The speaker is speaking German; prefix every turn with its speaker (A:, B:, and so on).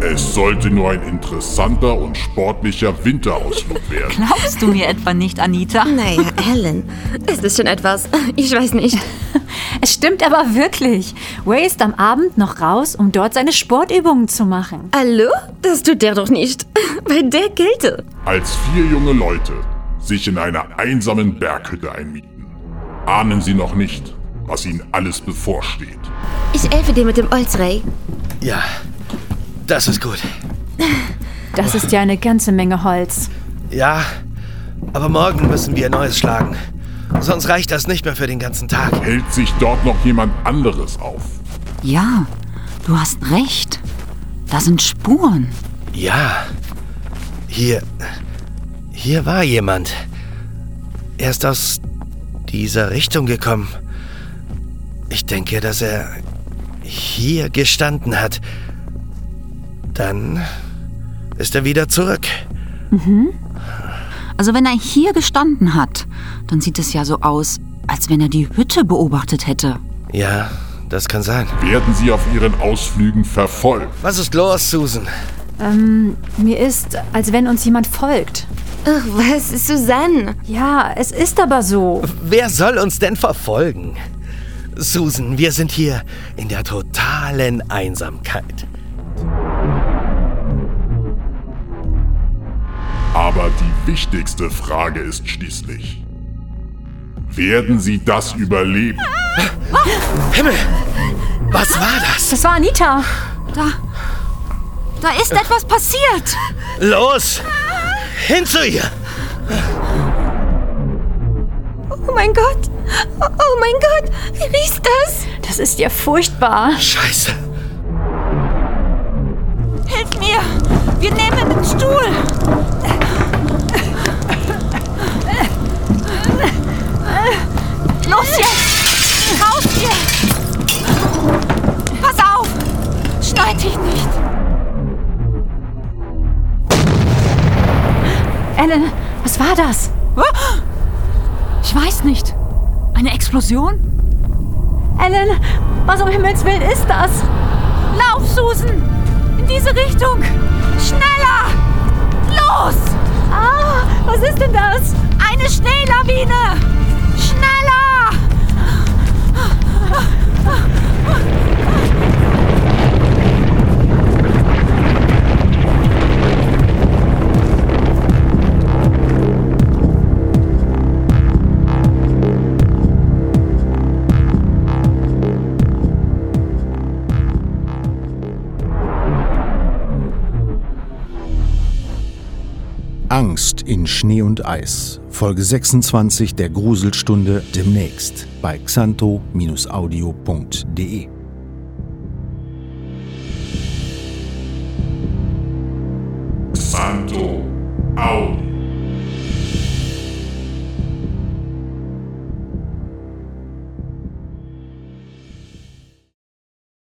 A: Es sollte nur ein interessanter und sportlicher Winterausflug werden.
B: Glaubst du mir etwa nicht, Anita?
C: Naja, Helen, es ist schon etwas. Ich weiß nicht.
D: Es stimmt aber wirklich. Ray ist am Abend noch raus, um dort seine Sportübungen zu machen.
C: Hallo? Das tut der doch nicht. Bei der Kälte.
A: Als vier junge Leute sich in einer einsamen Berghütte einmieten, ahnen sie noch nicht, was ihnen alles bevorsteht.
C: Ich helfe dir mit dem Holz, Ray.
E: Ja, das ist gut.
D: Das ist ja eine ganze Menge Holz.
E: Ja, aber morgen müssen wir Neues schlagen. Sonst reicht das nicht mehr für den ganzen Tag.
A: Hält sich dort noch jemand anderes auf?
B: Ja, du hast recht. Da sind Spuren.
E: Ja, hier. Hier war jemand. Er ist aus dieser Richtung gekommen. Ich denke, dass er hier gestanden hat. Dann ist er wieder zurück.
B: Also wenn er hier gestanden hat, dann sieht es ja so aus, als wenn er die Hütte beobachtet hätte.
E: Ja, das kann sein.
A: Werden sie auf ihren Ausflügen verfolgt?
E: Was ist los, Susan?
D: Mir ist, als wenn uns jemand folgt.
C: Ach, was, Susanne?
D: Ja, es ist aber so.
E: Wer soll uns denn verfolgen? Susan, wir sind hier in der totalen Einsamkeit.
A: Aber die wichtigste Frage ist schließlich, werden sie das überleben?
E: Himmel! Was war das?
D: Das war Anita.
B: Da ist etwas passiert.
E: Los! Hin zu ihr!
C: Oh mein Gott. Oh, oh mein Gott. Wie riecht das?
D: Das ist ja furchtbar.
E: Scheiße!
B: Hilf mir. Wir nehmen den Stuhl. Los jetzt. Raus hier. Pass auf. Schneid dich nicht.
D: Ellen, was war das?
B: Ich weiß nicht. Eine Explosion?
D: Ellen, was um Himmels Willen ist das?
B: Lauf, Susan. In diese Richtung. Schneller. Los.
D: Ah, was ist denn das?
B: Eine Schneelawine! Schneller!
F: Angst in Schnee und Eis. Folge 26 der Gruselstunde demnächst bei xanto-audio.de.
A: Santo Audio.